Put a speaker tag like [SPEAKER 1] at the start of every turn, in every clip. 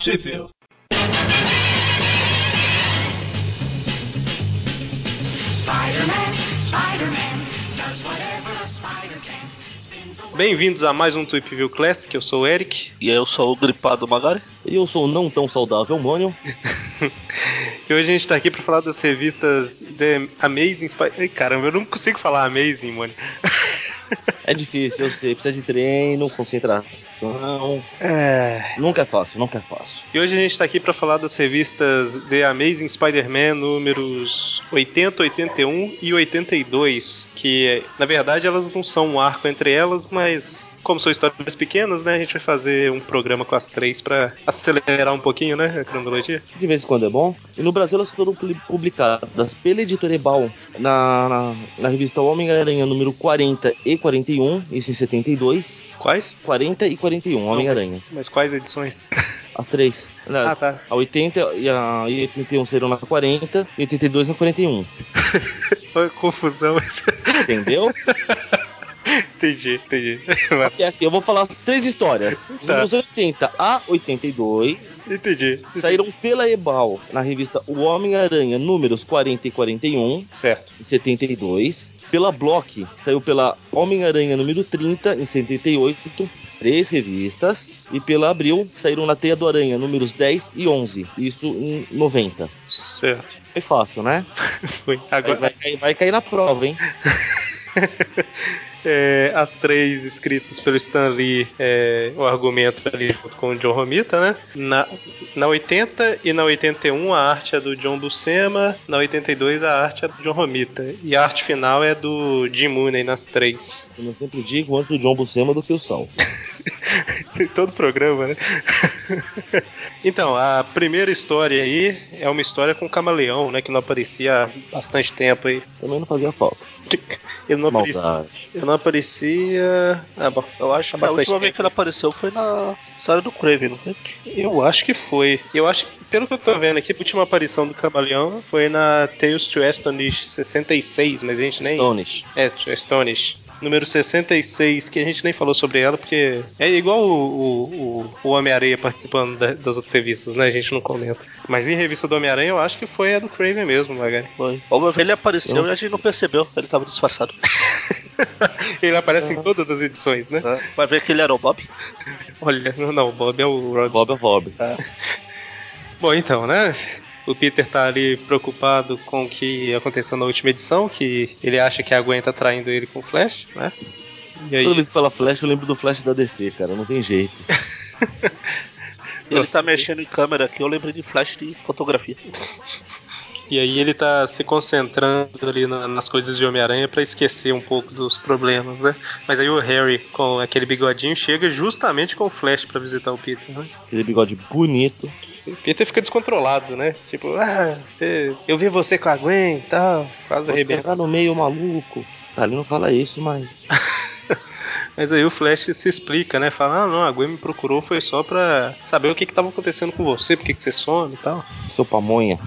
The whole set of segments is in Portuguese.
[SPEAKER 1] Sheffield.
[SPEAKER 2] Bem-vindos a mais um Tweep View Classic, eu sou o Eric.
[SPEAKER 3] E eu sou o gripado Magari.
[SPEAKER 2] Tá
[SPEAKER 4] E eu sou o não tão saudável Mônio.
[SPEAKER 2] e hoje a gente tá aqui pra falar das revistas The Amazing Spider... Ai, caramba, eu não consigo falar Amazing, Mônio.
[SPEAKER 4] É difícil, eu sei. Precisa de treino, concentração.
[SPEAKER 2] É...
[SPEAKER 4] Nunca é fácil, nunca é fácil.
[SPEAKER 2] E hoje a gente tá aqui pra falar das revistas The Amazing Spider-Man números 80, 81 e 82. Que, na verdade, elas não são um arco entre elas, mas como são histórias pequenas, né? A gente vai fazer um programa com as três pra acelerar um pouquinho, né? A cronologia.
[SPEAKER 4] De vez em quando é bom. E no Brasil elas foram pu- publicadas pela editora Ebal na, na, na revista Homem-Aranha número 40 e 41, isso em 72.
[SPEAKER 2] Quais?
[SPEAKER 4] 40 e 41, Homem-Aranha.
[SPEAKER 2] Mas quais edições?
[SPEAKER 4] As três. Aliás,
[SPEAKER 2] Ah, tá.
[SPEAKER 4] A 80 e a e 81 serão na 40 e um. 82 na 41.
[SPEAKER 2] Foi confusão.
[SPEAKER 4] Entendeu?
[SPEAKER 2] entendi, entendi.
[SPEAKER 4] Porque assim, eu vou falar as três histórias. Dos
[SPEAKER 2] Tá.
[SPEAKER 4] anos 80 a 82
[SPEAKER 2] Entendi.
[SPEAKER 4] saíram pela Ebal na revista O Homem-Aranha, números 40 e 41,
[SPEAKER 2] Certo.
[SPEAKER 4] em 72. Pela Block, saiu pela Homem-Aranha número 30, em 78, as três revistas. E pela Abril, saíram na Teia do Aranha, números 10 e 11, isso em 90.
[SPEAKER 2] Certo.
[SPEAKER 4] Foi fácil, né?
[SPEAKER 2] Foi.
[SPEAKER 4] Vai,
[SPEAKER 2] Agora,
[SPEAKER 4] vai cair- vai cair na prova, hein?
[SPEAKER 2] É, as três escritas pelo Stan Lee, é, o argumento ali junto com o John Romita, né? Na, na 80 e na 81 a arte é do John Buscema, na 82 a arte é do John Romita. E a arte final é do Jim Mooney nas três.
[SPEAKER 4] Como eu sempre digo, antes o John Buscema do que o Sal.
[SPEAKER 2] Tem todo o programa, né? então, a primeira história aí é uma história com o camaleão, né? Que não aparecia há bastante tempo aí.
[SPEAKER 4] Também não fazia falta.
[SPEAKER 2] Ele não aparecia.
[SPEAKER 4] Maldade.
[SPEAKER 2] Ele não aparecia. Ah, bom.
[SPEAKER 3] Eu acho
[SPEAKER 2] Há
[SPEAKER 3] que a
[SPEAKER 2] bastante
[SPEAKER 3] última vez
[SPEAKER 2] tempo.
[SPEAKER 3] que ele apareceu foi na história do Crave, não foi?
[SPEAKER 2] Eu acho que foi. Eu acho que, pelo que eu tô vendo aqui, a última aparição do Camaleão foi na Tales to Astonish 66, mas a gente nem.
[SPEAKER 4] Stonish.
[SPEAKER 2] É, to Astonish. Número 66, que a gente nem falou sobre ela, porque é igual o, o, o- o Homem-Aranha participando da- das outras revistas, né? A gente não comenta. Mas em revista do Homem-Aranha, eu acho que foi a do Craven mesmo, Magari.
[SPEAKER 3] Foi. Alguma vez ele apareceu
[SPEAKER 4] Eu
[SPEAKER 3] e a gente não percebeu, ele tava disfarçado.
[SPEAKER 2] Ele aparece em todas as edições, né?
[SPEAKER 3] Vai ver que ele era o Bob?
[SPEAKER 2] Olha, não, não, o Bob é o Rob
[SPEAKER 4] Bob é Bob.
[SPEAKER 2] Bom, então, né? O Peter tá ali preocupado com o que aconteceu na última edição, que ele acha que a Gwen tá traindo ele com o Flash, né? E
[SPEAKER 4] Toda
[SPEAKER 2] aí,
[SPEAKER 4] vez que fala Flash, eu lembro do Flash da DC, cara. Não tem jeito.
[SPEAKER 3] E ele
[SPEAKER 2] Nossa.
[SPEAKER 3] tá mexendo em câmera aqui, eu lembrei de flash de fotografia.
[SPEAKER 2] e aí ele tá se concentrando ali na- nas coisas de Homem-Aranha pra esquecer um pouco dos problemas, né? Mas aí o Harry, com aquele bigodinho, chega justamente com o Flash pra visitar o Peter, né?
[SPEAKER 4] Aquele bigode bonito.
[SPEAKER 2] E o Peter fica descontrolado, né? Tipo, ah, você... eu vi você com a Gwen e tal, quase
[SPEAKER 4] Vou te
[SPEAKER 2] arrebenta.
[SPEAKER 4] pegar no meio, maluco. Tá, ele não fala isso, mas.
[SPEAKER 2] Mas aí o Flash se explica, né? Fala, ah, não, a Gwen me procurou foi só pra saber o que que tava acontecendo com você, por que que você some e tal.
[SPEAKER 4] Seu pamonha.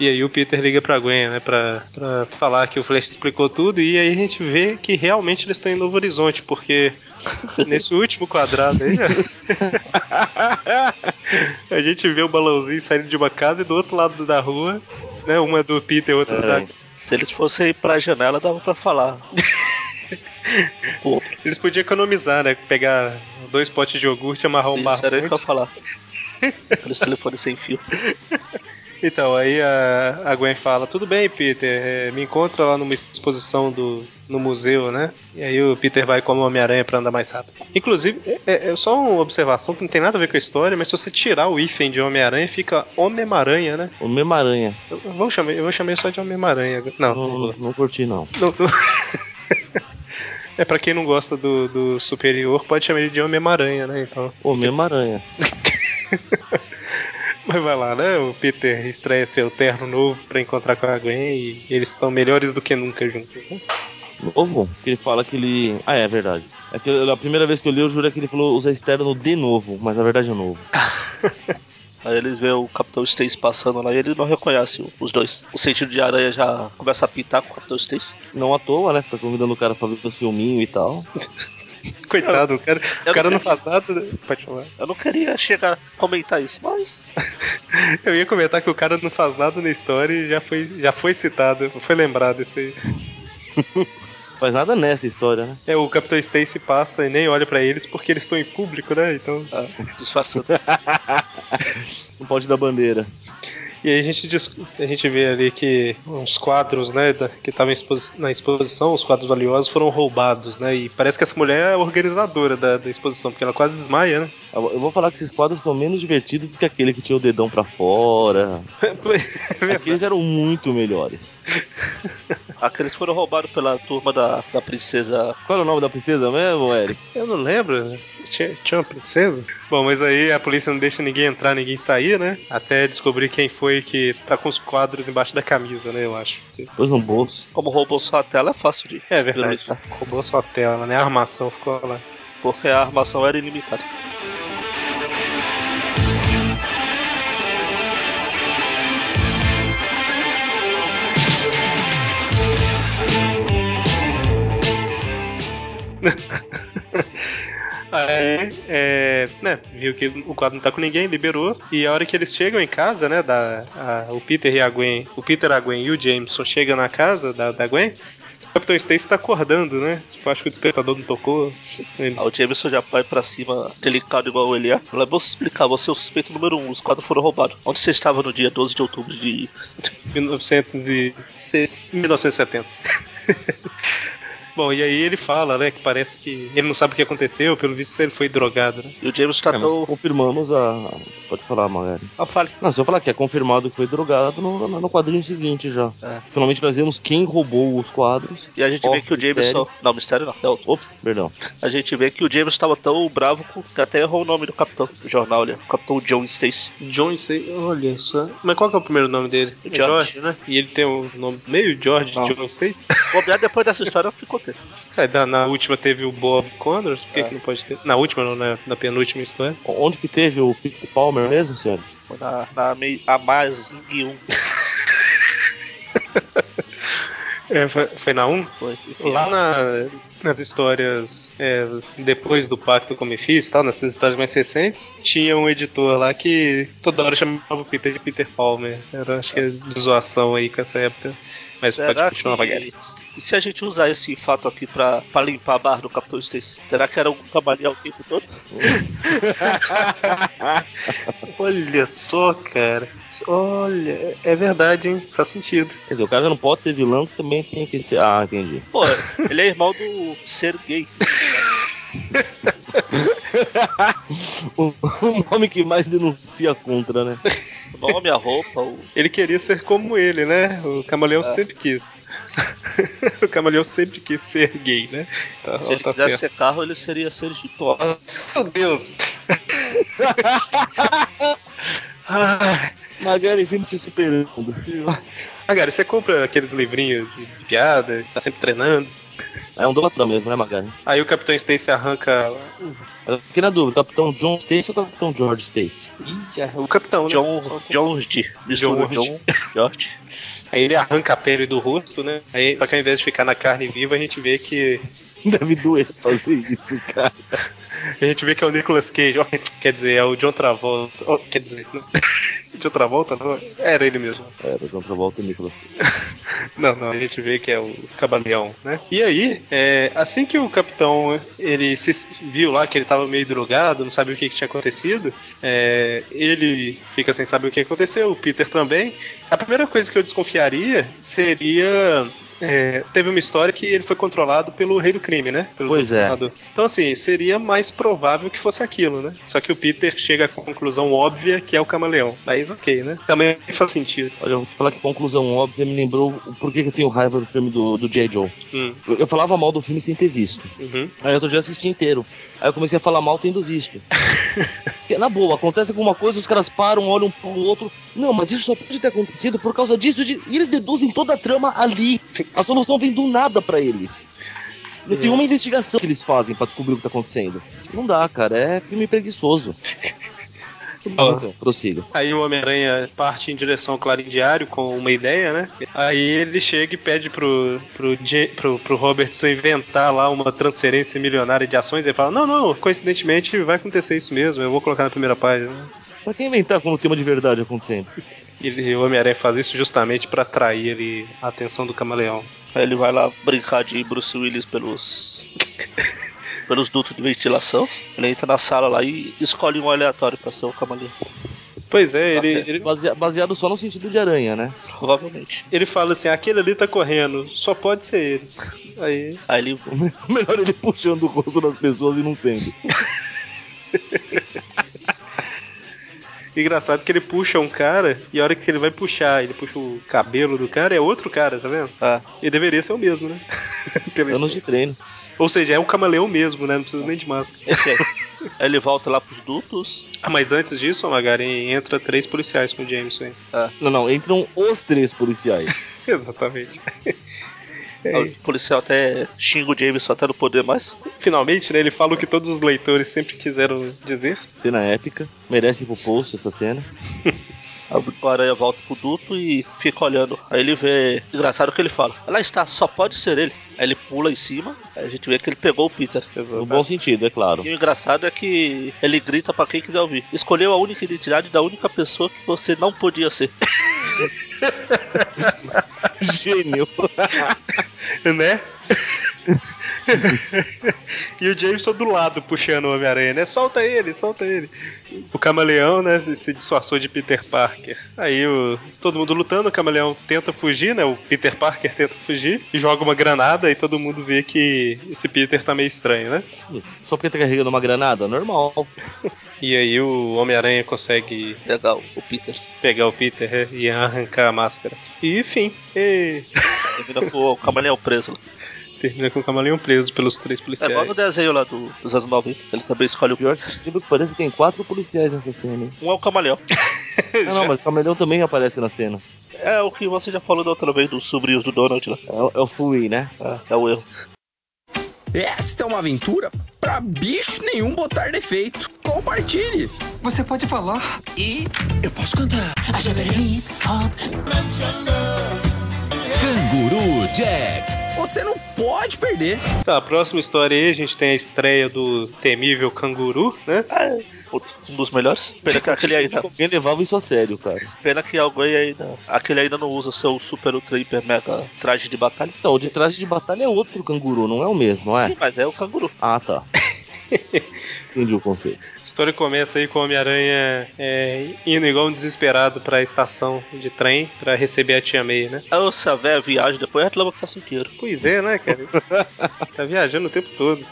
[SPEAKER 2] E aí o Peter liga pra Gwen, né? Pra, pra falar que o Flash explicou tudo e aí a gente vê que realmente eles estão em Novo Horizonte, porque nesse último quadrado aí... a gente vê o balãozinho saindo de uma casa e do outro lado da rua, né? Uma é do Peter, outra da
[SPEAKER 4] É.
[SPEAKER 3] Se eles fossem ir pra janela, dava pra falar. Pô,
[SPEAKER 2] Eles podiam economizar, né? Pegar dois potes de iogurte, amarrar um
[SPEAKER 3] isso era isso que eu
[SPEAKER 2] barco.
[SPEAKER 3] ia falar. Aqueles telefones sem fio.
[SPEAKER 2] Então, aí a, a Gwen fala, tudo bem, Peter, é, me encontra lá numa exposição do, no museu, né? E aí o Peter vai como Homem-Aranha pra andar mais rápido. Inclusive, é, é só uma observação que não tem nada a ver com a história, mas se você tirar o hífen de Homem-Aranha, fica Homem-Aranha, né?
[SPEAKER 4] O mesmo aranha.
[SPEAKER 2] Eu, eu vou chamar, eu vou chamar só de Homem-Aranha. agora. Não,
[SPEAKER 4] Não,
[SPEAKER 2] não,
[SPEAKER 4] não,
[SPEAKER 2] vou.
[SPEAKER 4] não curti, não.
[SPEAKER 2] não, não. É pra quem não gosta do, do superior, pode chamar ele de Homem-Aranha, né? Então...
[SPEAKER 4] O mesmo aranha.
[SPEAKER 2] Mas vai lá, né? O Peter estreia seu terno novo pra encontrar com a Gwen e eles estão melhores do que nunca juntos, né?
[SPEAKER 4] Novo? Que ele fala que ele. Ah, é, é verdade. É que eu- a primeira vez que eu li, eu juro é que ele falou usar externo de novo, mas na verdade é novo.
[SPEAKER 3] Aí eles veem o Capitão Stace passando lá e ele não reconhece o- os dois. O sentido de aranha já começa a pintar com o Capitão Stace.
[SPEAKER 4] Não à toa, né? Fica convidando o cara pra ver o filminho e tal.
[SPEAKER 2] Coitado, o cara,
[SPEAKER 3] Eu
[SPEAKER 2] o cara
[SPEAKER 3] não
[SPEAKER 2] não faz nada. né? Pode falar.
[SPEAKER 3] Eu não queria chegar a comentar isso, mas.
[SPEAKER 2] Eu ia comentar que o cara não faz nada na história e já foi, já foi citado, foi lembrado isso aí.
[SPEAKER 4] Faz nada nessa história, né?
[SPEAKER 2] É, o Capitão Stacy passa e nem olha pra eles porque eles estão em público, né? Então.
[SPEAKER 3] ah, disfarçando.
[SPEAKER 4] Não pode dar bandeira.
[SPEAKER 2] E aí a gente, dis- a gente vê ali que uns quadros, né, da- que estavam em exposi- na exposição, os quadros valiosos foram roubados, né? E parece que essa mulher é a organizadora da, da exposição, porque ela quase desmaia, né?
[SPEAKER 4] Eu eu vou falar que esses quadros são menos divertidos do que aquele que tinha o dedão pra fora. Aqueles eram muito melhores.
[SPEAKER 3] Aqueles foram roubados pela turma da, da princesa.
[SPEAKER 4] Qual era o nome da princesa mesmo, Eric?
[SPEAKER 2] Eu não lembro. Tinha, tinha uma princesa? Bom, mas aí a polícia não deixa ninguém entrar, ninguém sair, né? Até descobrir quem foi que tá com os quadros embaixo da camisa, né? Eu acho.
[SPEAKER 4] Pôs no bolso.
[SPEAKER 3] Como roubou sua tela, é fácil de.
[SPEAKER 2] É verdade. Roubou sua tela, né? A armação ficou lá.
[SPEAKER 3] Porque a armação era ilimitada.
[SPEAKER 2] Aí, é, né, viu que o quadro não tá com ninguém, liberou. E a hora que eles chegam em casa, né, da, a- o Peter e a Gwen, o Peter, a Gwen e o Jameson chegam na casa da, da Gwen, o Capitão Stacy tá acordando, né? Tipo, acho que o despertador não tocou. Ele-
[SPEAKER 3] Aí Ah, o Jameson já vai pra cima, delicado igual ele é. Fala, vou explicar, você é o suspeito número um, os quadros foram roubados. Onde você estava no dia 12 de outubro de.
[SPEAKER 2] 1906, 1970. Bom, e aí ele fala, né, que parece que ele não sabe o que aconteceu, pelo visto ele foi drogado, né?
[SPEAKER 3] E o Jameson tá
[SPEAKER 4] É, mas
[SPEAKER 3] tratou.
[SPEAKER 4] confirmamos a. Pode falar, Magari.
[SPEAKER 3] Ah, fale.
[SPEAKER 4] Não, só falar que é confirmado que foi drogado no, no- no quadrinho seguinte já.
[SPEAKER 3] É.
[SPEAKER 4] Finalmente nós vemos quem roubou os quadros.
[SPEAKER 3] E a gente
[SPEAKER 4] Ó,
[SPEAKER 3] vê que o
[SPEAKER 4] mistério.
[SPEAKER 3] Jameson. Não, mistério não. É outro.
[SPEAKER 4] Ops, perdão.
[SPEAKER 3] A gente vê que o Jameson estava tão bravo com- que até errou o nome do capitão do jornal, olha. O capitão John Stacy.
[SPEAKER 2] John, sei, olha só. Mas qual que é o primeiro nome dele?
[SPEAKER 3] George.
[SPEAKER 2] George, né? E ele tem o nome meio George
[SPEAKER 3] Não.
[SPEAKER 2] John Stacy?
[SPEAKER 3] Bobear depois dessa história eu fico contente.
[SPEAKER 2] É, da- na última teve o Bob Connors, por que,
[SPEAKER 3] É.
[SPEAKER 2] que não pode ter? Na última, não, né? na, na penúltima história.
[SPEAKER 4] O- Onde que teve o Peter Palmer mesmo, senhores?
[SPEAKER 3] Foi Na, na mei- a mais em um.
[SPEAKER 2] É, foi, foi na 1?
[SPEAKER 3] Foi. Enfim,
[SPEAKER 2] Lá na- nas histórias é, depois do Pacto com o Mephisto, e tal, nessas histórias mais recentes, tinha um editor lá que toda hora chamava o Peter de Peter Palmer. Era, acho que é de zoação aí com essa época. Mas pode
[SPEAKER 3] Será
[SPEAKER 2] continuar, Magari.
[SPEAKER 3] que... E se a gente usar esse fato aqui pra, pra limpar a barra do Capitão Stacy? Será que era um camaleão o tempo todo?
[SPEAKER 2] Olha só, cara. Olha, é verdade, hein? Faz sentido.
[SPEAKER 4] Quer dizer, o cara já não pode ser vilão, que também tem que ser. Ah, entendi.
[SPEAKER 3] Pô, ele é irmão do ser gay.
[SPEAKER 4] o, o nome que mais denuncia contra, né?
[SPEAKER 3] O nome, a roupa, o...
[SPEAKER 2] Ele queria ser como ele, né? O camaleão
[SPEAKER 3] Ah.
[SPEAKER 2] sempre quis. o camaleão sempre quis ser gay, né? Tá,
[SPEAKER 3] se ele
[SPEAKER 2] tá
[SPEAKER 3] quisesse
[SPEAKER 2] certo.
[SPEAKER 3] ser carro, ele seria ser egiptólogo.
[SPEAKER 2] Nossa, Deus! ah,
[SPEAKER 4] Magari sempre se superando.
[SPEAKER 2] ah, cara, você compra aqueles livrinhos de, de piada, tá sempre treinando.
[SPEAKER 4] É um dólar mesmo, né, Magari?
[SPEAKER 2] Aí o Capitão Stacy arranca.
[SPEAKER 4] Eu fiquei na dúvida, Capitão John Stacy ou Capitão George Stacy?
[SPEAKER 2] Ih, o Capitão, né?
[SPEAKER 3] John, John D.
[SPEAKER 2] John
[SPEAKER 3] Mistura John, George.
[SPEAKER 2] Aí ele arranca a pele do rosto, né? Aí, só que ao invés de ficar na carne viva, a gente vê que.
[SPEAKER 4] Deve doer fazer isso, cara.
[SPEAKER 2] A gente vê que é o Nicolas Cage, ó, quer dizer, é o John Travolta, ó, quer dizer, não. John Travolta não, era ele mesmo.
[SPEAKER 4] É, do John Travolta e Nicolas Cage.
[SPEAKER 2] Não, não, a gente vê que é o Cabaleão, né? E aí, é, assim que o capitão ele se viu lá que ele tava meio drogado, não sabia o que, que tinha acontecido, é, ele fica sem saber o que aconteceu, o Peter também. A primeira coisa que eu desconfiaria seria. é, teve uma história que ele foi controlado pelo rei do crime, né? Pelo
[SPEAKER 4] Pois é.
[SPEAKER 2] governador. Então, assim, seria mais provável que fosse aquilo, né? Só que o Peter chega à conclusão óbvia que é o camaleão. Mas ok, né? Também faz sentido.
[SPEAKER 4] Olha, eu vou te falar que conclusão óbvia me lembrou o porquê que eu tenho raiva do filme do, do J. Joe.
[SPEAKER 2] Hum,
[SPEAKER 4] Eu, eu falava mal do filme sem ter visto.
[SPEAKER 2] uhum.
[SPEAKER 4] Aí outro dia eu assisti inteiro. Aí eu comecei a falar mal tendo visto. Porque, Na boa, acontece alguma coisa, os caras param, olham um pro outro. Não, mas isso só pode ter acontecido por causa disso. de- E eles deduzem toda a trama ali. A solução vem do nada pra eles. Não tem
[SPEAKER 2] É.
[SPEAKER 4] uma investigação que eles fazem pra descobrir o que tá acontecendo. Não dá, cara. É filme preguiçoso. Mas então, prossiga.
[SPEAKER 2] Aí o Homem-Aranha parte em direção ao Clarim Diário com uma ideia, né? Aí ele chega e pede pro, pro, Je- pro, pro Robertson inventar lá uma transferência milionária de ações. Ele fala: Não, não, coincidentemente vai acontecer isso mesmo, eu vou colocar na primeira página.
[SPEAKER 4] Pra quem inventar quando tem uma de verdade acontecendo?
[SPEAKER 2] E o Homem-Aranha faz isso justamente pra atrair ele, a atenção do camaleão.
[SPEAKER 3] Aí ele vai lá brincar de Bruce Willis pelos. pelos dutos de ventilação. Ele entra na sala lá e escolhe um aleatório pra ser o camaleão.
[SPEAKER 2] Pois é, ele,
[SPEAKER 3] Até.
[SPEAKER 2] ele,
[SPEAKER 4] Basea- baseado só no sentido de aranha, né?
[SPEAKER 3] Provavelmente.
[SPEAKER 2] ele fala assim: aquele ali tá correndo, só pode ser ele. Aí.
[SPEAKER 3] Aí ele.
[SPEAKER 4] Melhor ele puxando o rosto das pessoas e não sendo.
[SPEAKER 2] Engraçado que ele puxa um cara e a hora que ele vai puxar, ele puxa o cabelo do cara, é outro cara, tá vendo?
[SPEAKER 3] Ah,
[SPEAKER 2] E deveria ser o mesmo, né? Pela
[SPEAKER 4] Anos de treino.
[SPEAKER 2] história. Ou seja, é o camaleão mesmo, né? Não precisa nem de máscara.
[SPEAKER 3] enfim. Aí ele volta lá pros dutos.
[SPEAKER 2] Ah, mas antes disso, Magari, entra três policiais com o Jameson aí.
[SPEAKER 4] Não, não, entram os três policiais.
[SPEAKER 2] Exatamente.
[SPEAKER 4] É,
[SPEAKER 3] Aí o policial até xinga o Jameson até não poder mais.
[SPEAKER 2] Finalmente, né? Ele fala o que todos os leitores sempre quiseram dizer.
[SPEAKER 4] Cena épica. Merece ir pro post essa cena.
[SPEAKER 3] Aí o aranha volta pro duto e fica olhando. Aí ele vê. Engraçado o que ele fala. Lá está, só pode ser ele. Aí ele pula em cima. Aí a gente vê que ele pegou o Peter.
[SPEAKER 4] No
[SPEAKER 2] Exatamente.
[SPEAKER 4] bom sentido, é claro.
[SPEAKER 3] E o engraçado é que ele grita pra quem quiser ouvir. Escolheu a única identidade da única pessoa que você não podia ser.
[SPEAKER 4] Gênio.
[SPEAKER 2] né? e o Jameson do lado puxando o Homem-Aranha, né? Solta ele, solta ele. O camaleão, né, se se disfarçou de Peter Parker. Aí o, todo mundo lutando, o camaleão tenta fugir, né? O Peter Parker tenta fugir e joga uma granada e todo mundo vê que esse Peter tá meio estranho, né?
[SPEAKER 4] Só porque tá carregando uma granada? Normal.
[SPEAKER 2] E aí o Homem-Aranha consegue
[SPEAKER 3] Legal, o Peter.
[SPEAKER 2] pegar o Peter né, e arrancar a máscara. E enfim, e-
[SPEAKER 3] Termina com o camaleão preso.
[SPEAKER 2] termina com o camaleão preso pelos três
[SPEAKER 3] É
[SPEAKER 2] policiais.
[SPEAKER 3] igual no desenho lá do- dos anos 90. Ele também escolhe o
[SPEAKER 4] Pior que incrível que parece tem quatro policiais nessa cena, hein?
[SPEAKER 3] Um é o camaleão.
[SPEAKER 4] Ah, não, mas o Camaleão também aparece na cena.
[SPEAKER 3] É o que você já falou da outra vez dos sobrinhos do Donald lá.
[SPEAKER 4] É, o- é o Fui, né?
[SPEAKER 3] É, é o erro.
[SPEAKER 1] Esta é uma aventura pra bicho nenhum botar defeito. Compartilhe!
[SPEAKER 5] Você pode falar.
[SPEAKER 6] E eu posso cantar. I should be hip hop.
[SPEAKER 7] Canguru Jack.
[SPEAKER 1] Você não pode perder.
[SPEAKER 2] Tá, a próxima história aí, a gente tem a estreia do temível canguru, né?
[SPEAKER 3] Ah, é um dos melhores. Pena que aquele ainda.
[SPEAKER 4] Alguém levava isso a sério, cara.
[SPEAKER 3] Pena que alguém ainda. Aquele ainda não usa seu super ultra hiper mega traje de batalha.
[SPEAKER 4] Então, o de traje de batalha é outro canguru, não é o mesmo, não é?
[SPEAKER 3] Sim, mas é o canguru.
[SPEAKER 4] Ah, tá. Entendi o conceito.
[SPEAKER 2] A história começa aí com o Homem-Aranha é, indo igual um desesperado pra estação de trem pra receber a Tia May, né?
[SPEAKER 3] Aí essa véia viagem depois reclama que tá sem dinheiro.
[SPEAKER 2] Pois é, né, cara? tá viajando o tempo todo.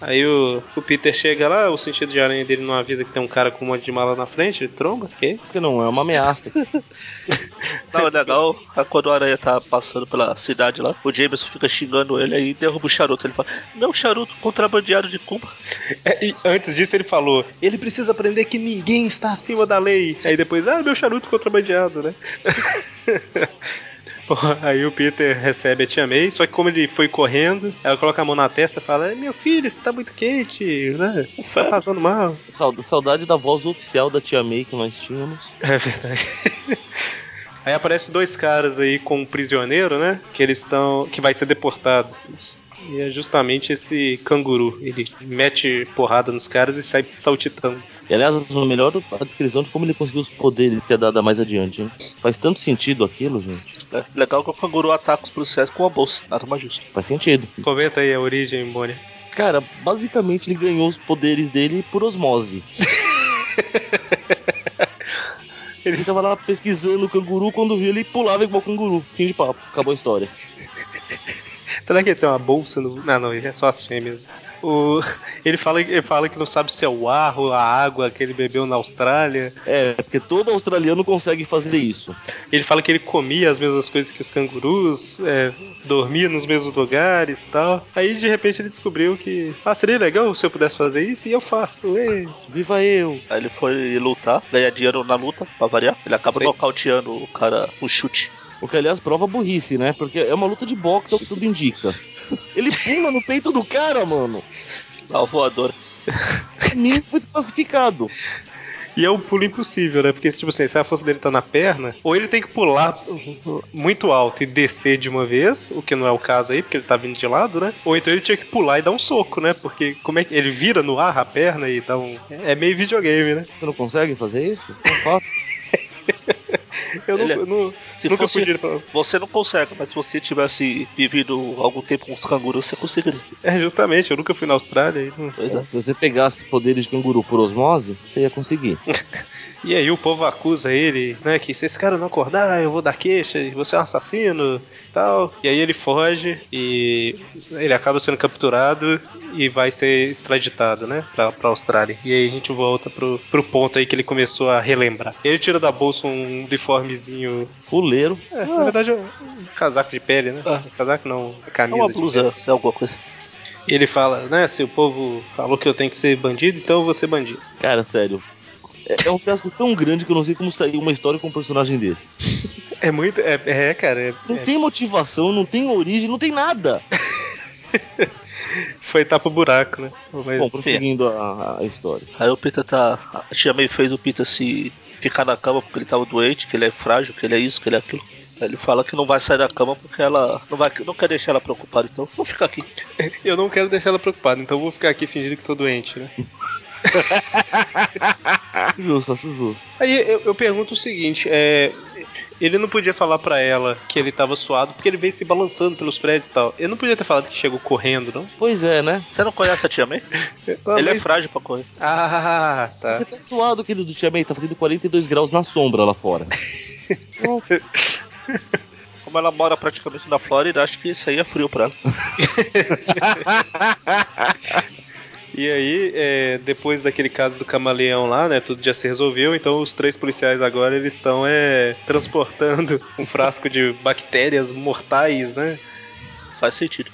[SPEAKER 2] Aí o, o Peter chega lá, o sentido de aranha dele não avisa que tem um cara com um monte de mala na frente, ele tromba, ok?
[SPEAKER 4] Porque não é uma ameaça.
[SPEAKER 3] Não, é legal é quando o Aranha tá passando pela cidade lá, o Jameson fica xingando ele aí e derruba o charuto. Ele fala, meu charuto contrabandeado de Cuba.
[SPEAKER 2] É, e antes disso ele falou, ele precisa aprender que ninguém está acima da lei. Aí depois, ah, meu charuto contrabandeado, né? Bom, Aí o Peter recebe a Tia May, só que como ele foi correndo, ela coloca a mão na testa e fala, "É, meu filho, você tá muito quente, né? Tá passando mal.
[SPEAKER 4] Sau- Saudade da voz oficial da tia May que nós tínhamos.
[SPEAKER 2] É verdade. Aí aparecem dois caras aí com um prisioneiro, né? Que eles estão. que vai ser deportado. E é justamente esse canguru. Ele mete porrada nos caras e sai saltitando.
[SPEAKER 4] E, aliás, no melhor a descrição de como ele conseguiu os poderes que é dada mais adiante, hein? Faz tanto sentido aquilo, gente.
[SPEAKER 3] É, legal que o canguru ataca os policiais com uma bolsa. Nada mais justo.
[SPEAKER 4] Faz sentido.
[SPEAKER 2] Comenta aí a origem, Bonnie.
[SPEAKER 4] Cara, basicamente ele ganhou os poderes dele por osmose. Ele tava lá pesquisando o canguru, quando viu ele pulava igual o canguru. Fim de papo, acabou a história.
[SPEAKER 2] Será que ele tem uma bolsa no. Não, não, ele é só as fêmeas. O... Ele, fala, ele fala que não sabe se é o ar ou a água que ele bebeu na Austrália.
[SPEAKER 4] É, porque todo australiano consegue fazer isso.
[SPEAKER 2] Ele fala que ele comia as mesmas coisas que os cangurus, é, dormia nos mesmos lugares e tal. Aí de repente ele descobriu que. Ah, seria legal se eu pudesse fazer isso e eu faço. ê."
[SPEAKER 4] Viva eu!
[SPEAKER 3] Aí ele foi lutar, ganha dinheiro na luta, pra variar. Ele acaba
[SPEAKER 2] Sei.
[SPEAKER 3] nocauteando o cara com chute.
[SPEAKER 4] O que, aliás, prova burrice, né? Porque é uma luta de boxe, é o que tudo indica. Ele pula no peito do cara, mano. É
[SPEAKER 3] Na voadora.
[SPEAKER 4] Pra mim, foi desclassificado.
[SPEAKER 2] E é um pulo impossível, né? Porque, tipo assim, se a força dele tá na perna, ou ele tem que pular muito alto e descer de uma vez, o que não é o caso aí, porque ele tá vindo de lado, né? Ou então ele tinha que pular e dar um soco, né? Porque como é que ele vira no ar a perna e dá um. É meio videogame, né?
[SPEAKER 4] Você não consegue fazer isso? É um Não faço.
[SPEAKER 2] Eu não,
[SPEAKER 3] Ele é-
[SPEAKER 2] eu não,
[SPEAKER 3] Se
[SPEAKER 2] nunca
[SPEAKER 3] fosse-
[SPEAKER 2] fui podia pra...
[SPEAKER 3] Você não consegue, mas se você tivesse vivido algum tempo com os cangurus, você conseguiria.
[SPEAKER 2] É, justamente, eu nunca fui na Austrália. E, não-
[SPEAKER 3] Pois é.
[SPEAKER 4] Se você pegasse poderes de canguru por osmose, você ia conseguir.
[SPEAKER 2] e aí o povo acusa ele, né? Que se esse cara não acordar, eu vou dar queixa, e você é um assassino tal. E aí ele foge e ele acaba sendo capturado e vai ser extraditado, né? Pra, pra Austrália. E aí a gente volta pro, pro ponto aí que ele começou a relembrar. Ele tira da bolsa um uniformezinho.
[SPEAKER 4] Fuleiro.
[SPEAKER 2] É, na verdade, é um casaco de pele, né?
[SPEAKER 3] Ah.
[SPEAKER 2] Casaco não,
[SPEAKER 3] É
[SPEAKER 2] camisa.
[SPEAKER 3] uma
[SPEAKER 2] de
[SPEAKER 3] blusa, é alguma coisa.
[SPEAKER 2] E ele fala, né? Se o povo falou que eu tenho que ser bandido, então eu vou ser bandido.
[SPEAKER 4] Cara, sério. É- É um fiasco tão grande que eu não sei como sair uma história com um personagem desse.
[SPEAKER 2] É muito. É, é, cara. é-
[SPEAKER 4] Não
[SPEAKER 2] é,
[SPEAKER 4] tem motivação, não tem origem, não tem nada.
[SPEAKER 2] foi tapa o buraco, né? Mas,
[SPEAKER 4] Bom, prosseguindo a, a história.
[SPEAKER 3] Aí o Peter tá. A tia May fez o Peter se ficar na cama porque ele tava doente, que ele é frágil, que ele é isso, que ele é aquilo. Aí ele fala que não vai sair da cama porque ela não, vai, não quer deixar ela preocupada, então vou ficar aqui.
[SPEAKER 2] eu não quero deixar ela preocupada, então eu vou ficar aqui fingindo que tô doente, né? Ah.
[SPEAKER 4] Justo, acho justo.
[SPEAKER 2] Aí eu, eu pergunto o seguinte: é, ele não podia falar pra ela que ele tava suado porque ele veio se balançando pelos prédios e tal. Ele não podia ter falado que chegou correndo, não?
[SPEAKER 4] Pois é, né?
[SPEAKER 3] Você não conhece a tia May? Ele é frágil pra correr.
[SPEAKER 2] Ah, tá.
[SPEAKER 4] Você tá suado, querido Tia May, tá fazendo 42 graus na sombra lá fora.
[SPEAKER 3] Como ela mora praticamente na Flórida, acho que isso aí é frio pra ela.
[SPEAKER 2] E aí, é, depois daquele caso do camaleão lá, né? Tudo já se resolveu, então os três policiais agora eles estão é, transportando um frasco de bactérias mortais, né?
[SPEAKER 3] Faz sentido.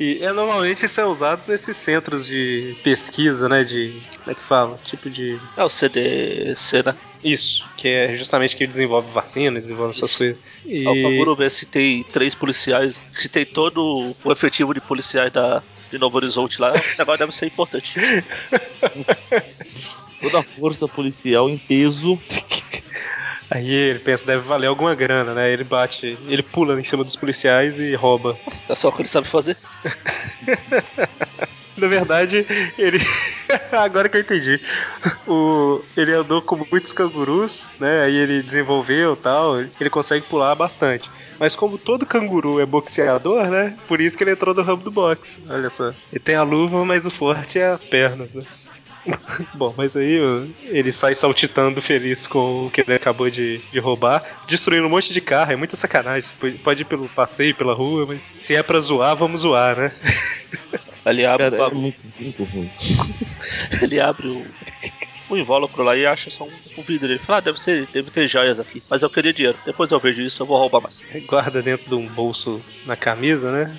[SPEAKER 2] E é, normalmente isso é usado nesses centros de pesquisa, né? De. Como é que fala? Tipo de.
[SPEAKER 3] É o CDC, né?
[SPEAKER 2] Isso, que é justamente que desenvolve vacina, desenvolve essas
[SPEAKER 3] Isso.
[SPEAKER 2] coisas. E...
[SPEAKER 3] Ao Kanguru ver se tem três policiais, se tem todo o efetivo de policiais da, de Novo Horizonte lá, o negócio deve ser importante.
[SPEAKER 4] Toda a força policial em peso.
[SPEAKER 2] Aí ele pensa, deve valer alguma grana, né? Ele bate, ele pula em cima dos policiais e rouba.
[SPEAKER 3] É só o que ele sabe fazer.
[SPEAKER 2] Na verdade, ele. Agora que eu entendi. O... Ele andou com muitos cangurus, né? Aí ele desenvolveu e tal. Ele consegue pular bastante. Mas como todo canguru é boxeador, né? Por isso que ele entrou no ramo do boxe. Olha só. Ele tem a luva, mas o forte é as pernas, né? Bom, mas aí ó, ele sai saltitando feliz com o que ele acabou de, de roubar, destruindo um monte de carro, é muita sacanagem. Pode- Pode ir pelo passeio, pela rua, mas se é pra zoar, vamos zoar, né?
[SPEAKER 3] Ele abre,
[SPEAKER 4] Cara,
[SPEAKER 3] o
[SPEAKER 4] é
[SPEAKER 3] baú-
[SPEAKER 4] muito, muito ruim.
[SPEAKER 3] ele abre o, o invólucro lá e acha só um, um vidro. Ele fala, ah, deve, ser, deve ter joias aqui, mas eu queria dinheiro. Depois eu vejo isso, eu vou roubar mais.
[SPEAKER 2] guarda dentro de um bolso na camisa, né?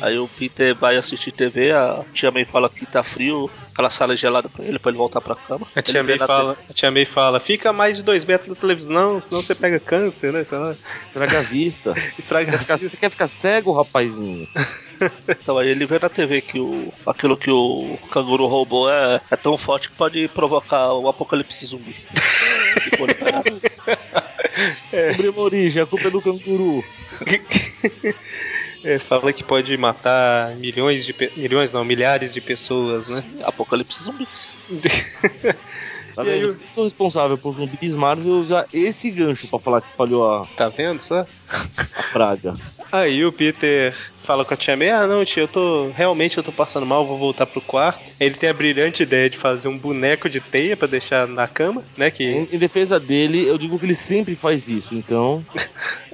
[SPEAKER 3] Aí o Peter vai assistir TV, a tia May fala que tá frio, aquela sala é gelada pra ele, pra ele voltar pra cama.
[SPEAKER 2] A tia,
[SPEAKER 3] Ele vê
[SPEAKER 2] May
[SPEAKER 3] na
[SPEAKER 2] fala, a tia May fala, fica a mais de dois metros da televisão, senão você pega câncer, né? Sei lá,
[SPEAKER 4] Estraga a vista. Você
[SPEAKER 2] estraga
[SPEAKER 4] quer
[SPEAKER 2] a
[SPEAKER 4] ficar, você quer ficar cego, rapazinho?
[SPEAKER 3] Então aí ele vê na TV que o, aquilo que o canguru roubou é, é tão forte que pode provocar o apocalipse zumbi. Tipo, ele pega-
[SPEAKER 4] Descobri uma origem, a culpa é do canguru.
[SPEAKER 2] É, fala que pode matar milhões de... pe- milhões não, milhares de pessoas, né?
[SPEAKER 3] apocalipse zumbi.
[SPEAKER 4] Tá
[SPEAKER 2] E aí,
[SPEAKER 4] vendo?
[SPEAKER 2] o-
[SPEAKER 4] Vocês que são responsáveis por zumbis Marvel usar esse gancho pra falar que espalhou a,
[SPEAKER 2] Tá vendo só?
[SPEAKER 4] a praga.
[SPEAKER 2] Aí o Peter fala com a tia May, ah não tia, eu tô... realmente eu tô passando mal, vou voltar pro quarto. Ele tem a brilhante ideia de fazer um boneco de teia pra deixar na cama, né? Que
[SPEAKER 4] Em, em defesa dele, eu digo que ele sempre faz isso, então.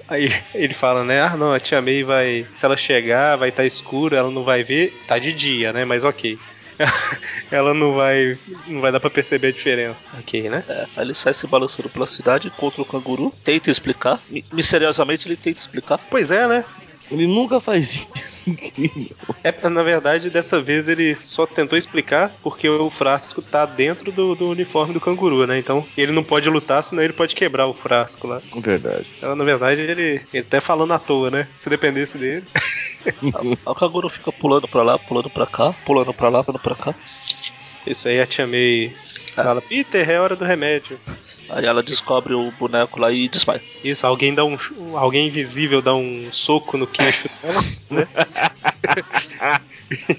[SPEAKER 2] Aí ele fala, né? Ah, não, a tia May vai. Se ela chegar, vai estar escuro, ela não vai ver. Tá de dia, né? Mas ok. ela não vai. Não vai dar pra perceber a diferença. Ok, né?
[SPEAKER 3] É, aí ele sai se balançando pela cidade, encontra o canguru, tenta explicar. Mi- Misteriosamente ele tenta explicar.
[SPEAKER 2] Pois é, né?
[SPEAKER 4] Ele nunca faz isso, incrível.
[SPEAKER 2] É, na verdade, dessa vez ele só tentou explicar porque o frasco tá dentro do, do uniforme do canguru, né? Então ele não pode lutar, senão ele pode quebrar o frasco lá.
[SPEAKER 4] É Verdade.
[SPEAKER 2] Então, na verdade, ele, ele tá falando à toa, né? Se dependesse dele.
[SPEAKER 3] Aí o canguru fica pulando pra lá, pulando pra cá, pulando pra lá, pulando pra cá.
[SPEAKER 2] Isso aí a tia May.
[SPEAKER 3] cara.
[SPEAKER 2] Fala, Peter, é hora do remédio.
[SPEAKER 3] Aí ela descobre o boneco lá e dispara.
[SPEAKER 2] Isso, alguém dá um. Alguém invisível dá um soco no queixo dela, né?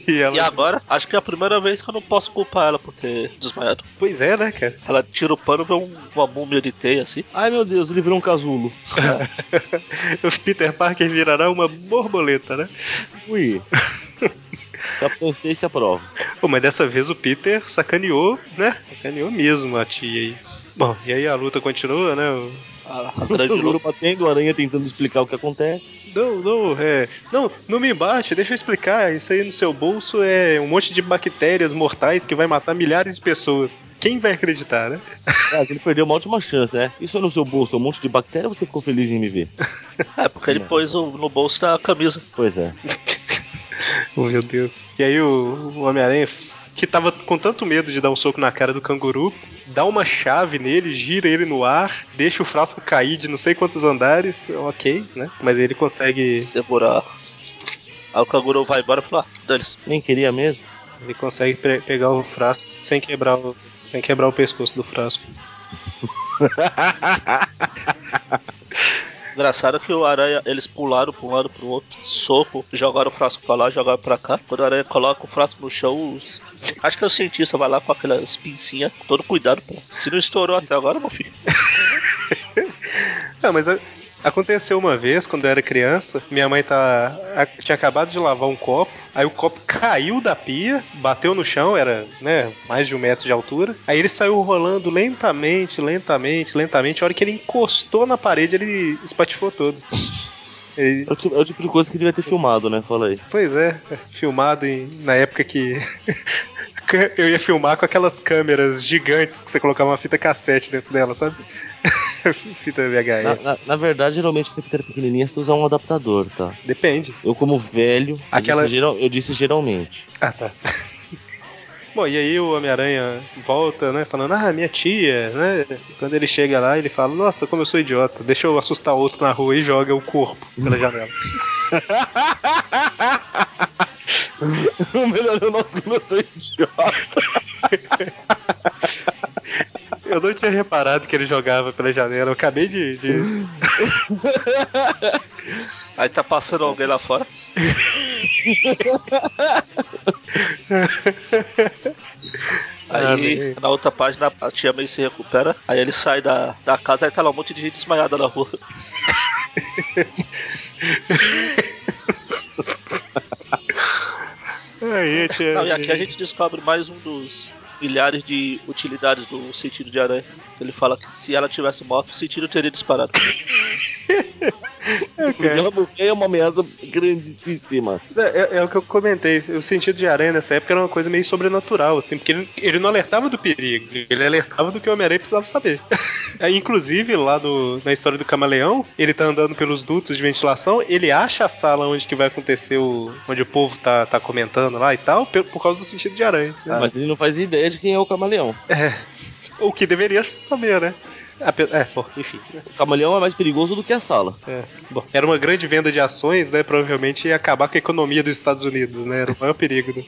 [SPEAKER 2] e ela.
[SPEAKER 3] E agora, acho que é a primeira vez que eu não posso culpar ela por ter desmaiado.
[SPEAKER 2] Pois é, né, cara?
[SPEAKER 3] Ela tira o pano, vê um- uma múmia de teia assim.
[SPEAKER 4] Ai meu Deus, ele virou um casulo.
[SPEAKER 2] O Peter Parker virará uma borboleta, né?
[SPEAKER 4] Ui. Capitão Stacy aprova.
[SPEAKER 2] Pô, mas dessa vez o Peter sacaneou, né? Sacaneou mesmo a tia. aí. Bom, e aí a luta continua, né? O-
[SPEAKER 3] A, a
[SPEAKER 4] O
[SPEAKER 3] grande
[SPEAKER 4] Luro
[SPEAKER 3] luta.
[SPEAKER 4] batendo, a aranha tentando explicar o que acontece.
[SPEAKER 2] Não, não, é. Não, não me embate, deixa eu explicar. Isso aí no seu bolso é um monte de bactérias mortais que vai matar milhares de pessoas. Quem vai acreditar, né?
[SPEAKER 4] Mas ele perdeu uma última chance, né? Isso é no seu bolso, é um monte de bactéria ou você ficou feliz em me ver?
[SPEAKER 3] É, porque ele
[SPEAKER 4] Não.
[SPEAKER 3] pôs o- no bolso da camisa.
[SPEAKER 4] Pois é.
[SPEAKER 2] Oh, meu Deus. E aí o, o Homem-Aranha, que tava com tanto medo de dar um soco na cara do canguru, dá uma chave nele, gira ele no ar, deixa o frasco cair de não sei quantos andares, ok, né? Mas ele consegue.
[SPEAKER 3] Segurar. Aí o canguru vai embora e fala: ah, dane-se.
[SPEAKER 4] Nem queria mesmo.
[SPEAKER 2] Ele consegue pe- pegar o frasco sem quebrar o. Sem quebrar o pescoço do frasco.
[SPEAKER 3] Engraçado que o aranha, eles pularam pra um lado pro outro, soco, jogaram o frasco pra lá, jogaram pra cá. Quando o aranha coloca o frasco no chão, os- acho que é o cientista vai lá com aquelas pincinhas, com todo cuidado, pô. Se não estourou até agora, meu filho.
[SPEAKER 2] Não, mas a- aconteceu uma vez quando eu era criança. Minha mãe tá, a- tinha acabado de lavar um copo. Aí o copo caiu da pia, bateu no chão, era né, mais de um metro de altura. Aí ele saiu rolando lentamente, lentamente, lentamente. A hora que ele encostou na parede, ele espatifou todo. Ele-
[SPEAKER 4] É o, tipo, é o tipo de coisa que devia ter filmado, né? Fala aí.
[SPEAKER 2] pois é, filmado em- na época que. Eu ia filmar com aquelas câmeras gigantes que você colocava uma fita cassete dentro dela, sabe? fita VHS.
[SPEAKER 4] Na, na- na verdade, geralmente quando a fita era pequenininha, você usa um adaptador, tá?
[SPEAKER 2] Depende.
[SPEAKER 4] Eu, como velho, eu
[SPEAKER 2] Aquela-
[SPEAKER 4] disse geral- eu disse geralmente.
[SPEAKER 2] Ah, tá. Bom, e aí o Homem-Aranha volta, né? Falando, ah, minha tia, né? Quando ele chega lá, ele fala, nossa, como eu sou idiota, deixa eu assustar outro na rua e joga o corpo pela janela.
[SPEAKER 4] O melhor é o nosso começou idiota.
[SPEAKER 2] eu não tinha reparado que ele jogava pela janela, eu acabei de. de-
[SPEAKER 3] Aí tá passando alguém lá fora.
[SPEAKER 2] Ah,
[SPEAKER 3] Aí
[SPEAKER 2] bem.
[SPEAKER 3] na outra página a tia meio se recupera, aí ele sai da, da casa e tá lá um monte de gente desmaiada na rua.
[SPEAKER 2] Aí, tia.
[SPEAKER 3] Não, e aqui a gente descobre mais um dos milhares de utilidades do sentido de aranha. Ele fala que se ela tivesse morto, o sentido teria disparado.
[SPEAKER 4] Porque ela morrer é uma ameaça grandíssima.
[SPEAKER 2] É, é o que eu comentei, o sentido de aranha nessa época era uma coisa meio sobrenatural, assim, porque ele, ele não alertava do perigo, ele alertava do que o Homem-Aranha precisava saber. Aí, Inclusive, lá no- na história do camaleão, ele tá andando pelos dutos de ventilação, ele acha a sala onde que vai acontecer o. onde o povo tá, tá comentando lá e tal, pe- por, causa do sentido de aranha. né?
[SPEAKER 4] Mas ele não faz ideia de quem é o camaleão.
[SPEAKER 2] O que deveria saber, né? Ape- É, bom, enfim.
[SPEAKER 4] O camaleão é mais perigoso do que a sala.
[SPEAKER 2] É, bom, era uma grande venda de ações, né? Provavelmente ia acabar com a economia dos Estados Unidos, né? Era o maior perigo. né?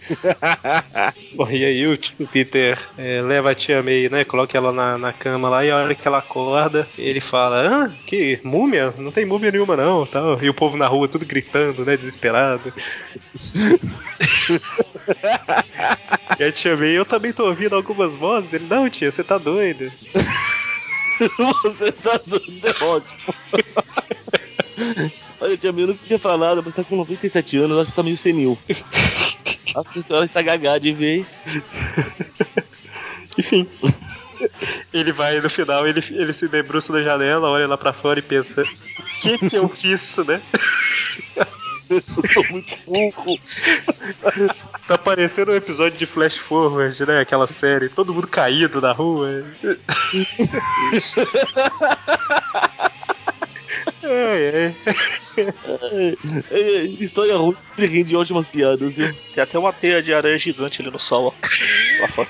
[SPEAKER 2] bom, e aí o t- o Peter é, leva a tia May, né? Coloca ela na, na cama lá e a hora que ela acorda, ele fala: Hã? Que múmia? Não tem múmia nenhuma, não. Tal. E o povo na rua tudo gritando, né? Desesperado. e a tia May, eu também tô ouvindo algumas vozes. Ele, não, tia, você tá doida.
[SPEAKER 4] Você tá doido, é ótimo. Olha, tia Mia, eu não queria falar nada, mas tá com 97 anos, acho que tá meio senil. Acho que a senhora está gagá de vez.
[SPEAKER 2] Enfim. Ele vai no final, ele, ele se debruça na janela, olha lá pra fora e pensa: O que, que eu fiz, né?
[SPEAKER 4] Eu sou muito pouco.
[SPEAKER 2] Tá parecendo um episódio de Flash Forward, né? Aquela série, todo mundo caído na rua. É, é.
[SPEAKER 4] É, é, história ruim, sempre rende ótimas piadas, viu?
[SPEAKER 3] Tem até uma teia de aranha gigante ali no sol, ó. Lá fora.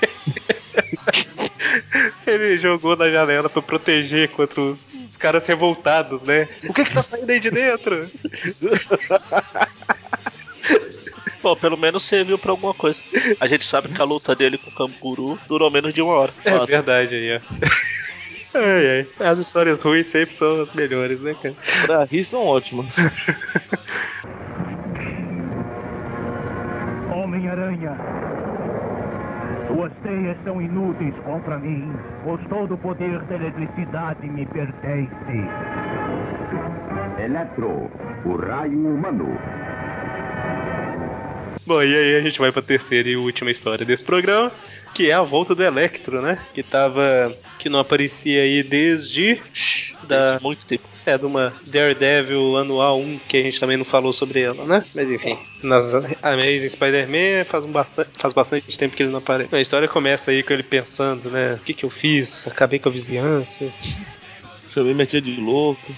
[SPEAKER 2] Ele jogou na janela pra proteger contra os, os caras revoltados, né? O que que tá saindo aí de dentro?
[SPEAKER 3] Bom, pelo menos serviu pra alguma coisa. A gente sabe que a luta dele com o Canguru durou menos de uma hora.
[SPEAKER 2] É verdade aí, ó. Ai, ai. As histórias ruins sempre são as melhores, né, cara?
[SPEAKER 4] Pra rir são ótimas.
[SPEAKER 5] Homem-Aranha. Suas teias são inúteis contra mim, pois todo o poder da eletricidade me pertence.
[SPEAKER 8] Eletro, o raio humano.
[SPEAKER 2] Bom, e aí a gente vai pra terceira e última história desse programa, que é a volta do Electro, né? Que tava. que não aparecia aí desde. da.
[SPEAKER 3] Desde muito tempo.
[SPEAKER 2] É, de uma Daredevil anual 1, que a gente também não falou sobre ela, né? Mas enfim, nas Amazing Spider-Man faz, um bastante, faz bastante tempo que ele não aparece. A história começa aí com ele pensando, né? O que, que eu fiz? Acabei com a vizinhança.
[SPEAKER 4] Chamei minha tia de louco.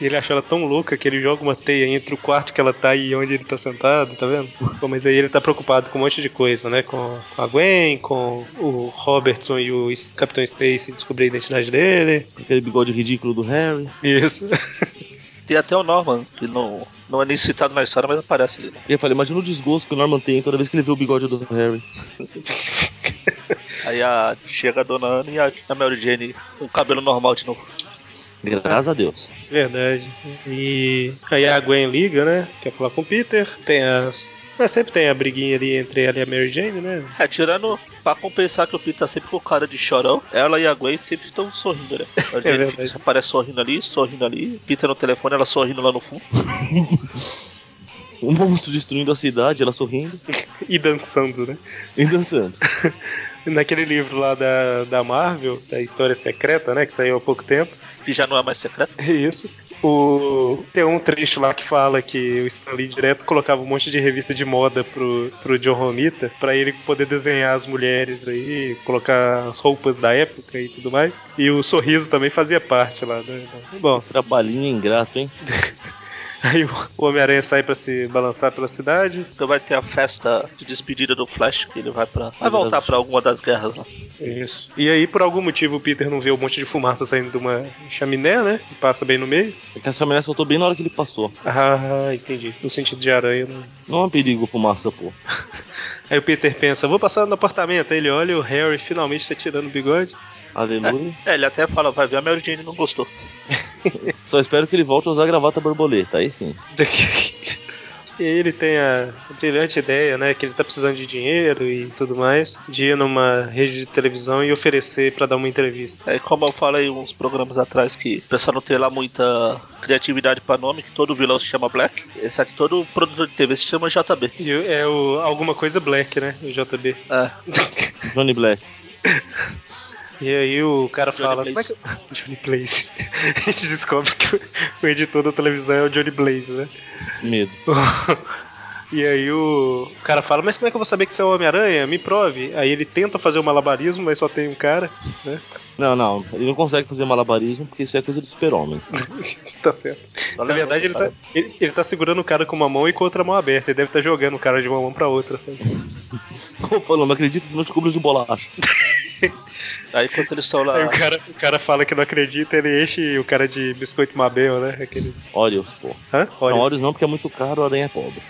[SPEAKER 2] Ele acha ela tão louca que ele joga uma teia entre o quarto que ela tá e onde ele tá sentado, tá vendo? Bom, mas aí ele tá preocupado com um monte de coisa, né? Com a Gwen, com o Robertson e o Capitão Stacy descobrir a identidade dele.
[SPEAKER 4] Aquele bigode ridículo do Harry.
[SPEAKER 2] Isso.
[SPEAKER 3] Tem até o Norman, que não, não é nem citado na história, mas aparece ali. né?
[SPEAKER 4] E eu falei, imagina o desgosto que o Norman tem toda vez que ele vê o bigode do Harry.
[SPEAKER 3] Aí a, chega a dona Ana e a, a Mary Jane com o cabelo normal de novo.
[SPEAKER 4] Graças a Deus.
[SPEAKER 2] Verdade. E aí a Gwen liga, né? Quer falar com o Peter. Tem as. Mas sempre tem a briguinha ali entre ela e a Mary Jane, né?
[SPEAKER 3] É, tirando pra compensar que o Peter tá sempre com cara de chorão, ela e a Gwen sempre estão sorrindo, né? A Jane
[SPEAKER 2] verdade.
[SPEAKER 3] fica- aparece sorrindo ali, sorrindo ali, Peter no telefone, ela sorrindo lá no fundo.
[SPEAKER 4] Um monstro destruindo a cidade, ela sorrindo
[SPEAKER 2] E dançando, né?
[SPEAKER 4] e dançando.
[SPEAKER 2] Naquele livro lá da, da Marvel, da História Secreta, né? Que saiu há pouco tempo.
[SPEAKER 3] Que já não é mais secreto.
[SPEAKER 2] É isso. O... Tem um trecho lá que fala que o Stan Lee direto colocava um monte de revista de moda pro, pro John Romita pra ele poder desenhar as mulheres aí, colocar as roupas da época e tudo mais. E o sorriso também fazia parte lá, né? Bom,
[SPEAKER 4] Trabalhinho ingrato, hein?
[SPEAKER 2] aí o o Homem-Aranha sai pra se balançar pela cidade.
[SPEAKER 3] Porque vai ter a festa de despedida do Flash, que ele vai pra. Vai voltar pra alguma das guerras lá.
[SPEAKER 2] Isso. E aí, por algum motivo, o Peter não vê um monte de fumaça saindo de uma chaminé, né? E passa bem no meio.
[SPEAKER 4] É que essa mulher soltou bem na hora que ele passou.
[SPEAKER 2] Ah, entendi. No sentido de aranha, não.
[SPEAKER 4] Não é um perigo fumaça, pô.
[SPEAKER 2] Aí o Peter pensa, vou passar no apartamento. Aí ele olha e o Harry finalmente tá tirando o bigode.
[SPEAKER 4] Aleluia.
[SPEAKER 3] É, ele até fala, vai ver, a Mary Jane não gostou.
[SPEAKER 4] Só espero que ele volte a usar a gravata borboleta, aí sim.
[SPEAKER 2] E aí ele tem a brilhante ideia, né, que ele tá precisando de dinheiro e tudo mais, de ir numa rede de televisão e oferecer pra dar uma entrevista.
[SPEAKER 3] É como eu falei uns programas atrás que o pessoal não tem lá muita criatividade pra nome, que todo vilão se chama Black. Esse aqui todo produtor de TV se chama JB.
[SPEAKER 2] E é o alguma coisa black, né, o JB.
[SPEAKER 3] É,
[SPEAKER 4] Johnny Black.
[SPEAKER 2] E aí o cara
[SPEAKER 3] Johnny
[SPEAKER 2] fala, como é
[SPEAKER 3] Blaze.
[SPEAKER 2] que... Johnny Blaze. A gente descobre que o editor da televisão é o Johnny Blaze, né?
[SPEAKER 4] Medo.
[SPEAKER 2] E aí o cara fala, mas como é que eu vou saber que você é o Homem-Aranha? Me prove. Aí ele tenta fazer o malabarismo, mas só tem um cara.
[SPEAKER 4] Não, não. Ele não consegue fazer malabarismo porque isso é coisa do super-homem.
[SPEAKER 2] Tá certo. Na verdade, ele tá, ele, ele tá segurando o cara com uma mão e com a outra mão aberta. Ele deve estar jogando o cara de uma mão pra outra. Assim.
[SPEAKER 4] Tô falando, acredita, senão eu te cubro de bolacha.
[SPEAKER 3] Aí foi que eles estão lá.
[SPEAKER 2] Aí o cara, o cara fala que não acredita, ele enche o cara de biscoito Mabel, né? Aquele.
[SPEAKER 4] Óleos, pô.
[SPEAKER 2] Hã?
[SPEAKER 4] Não,
[SPEAKER 2] Olha.
[SPEAKER 4] Óleos não, porque é muito caro, a aranha é pobre.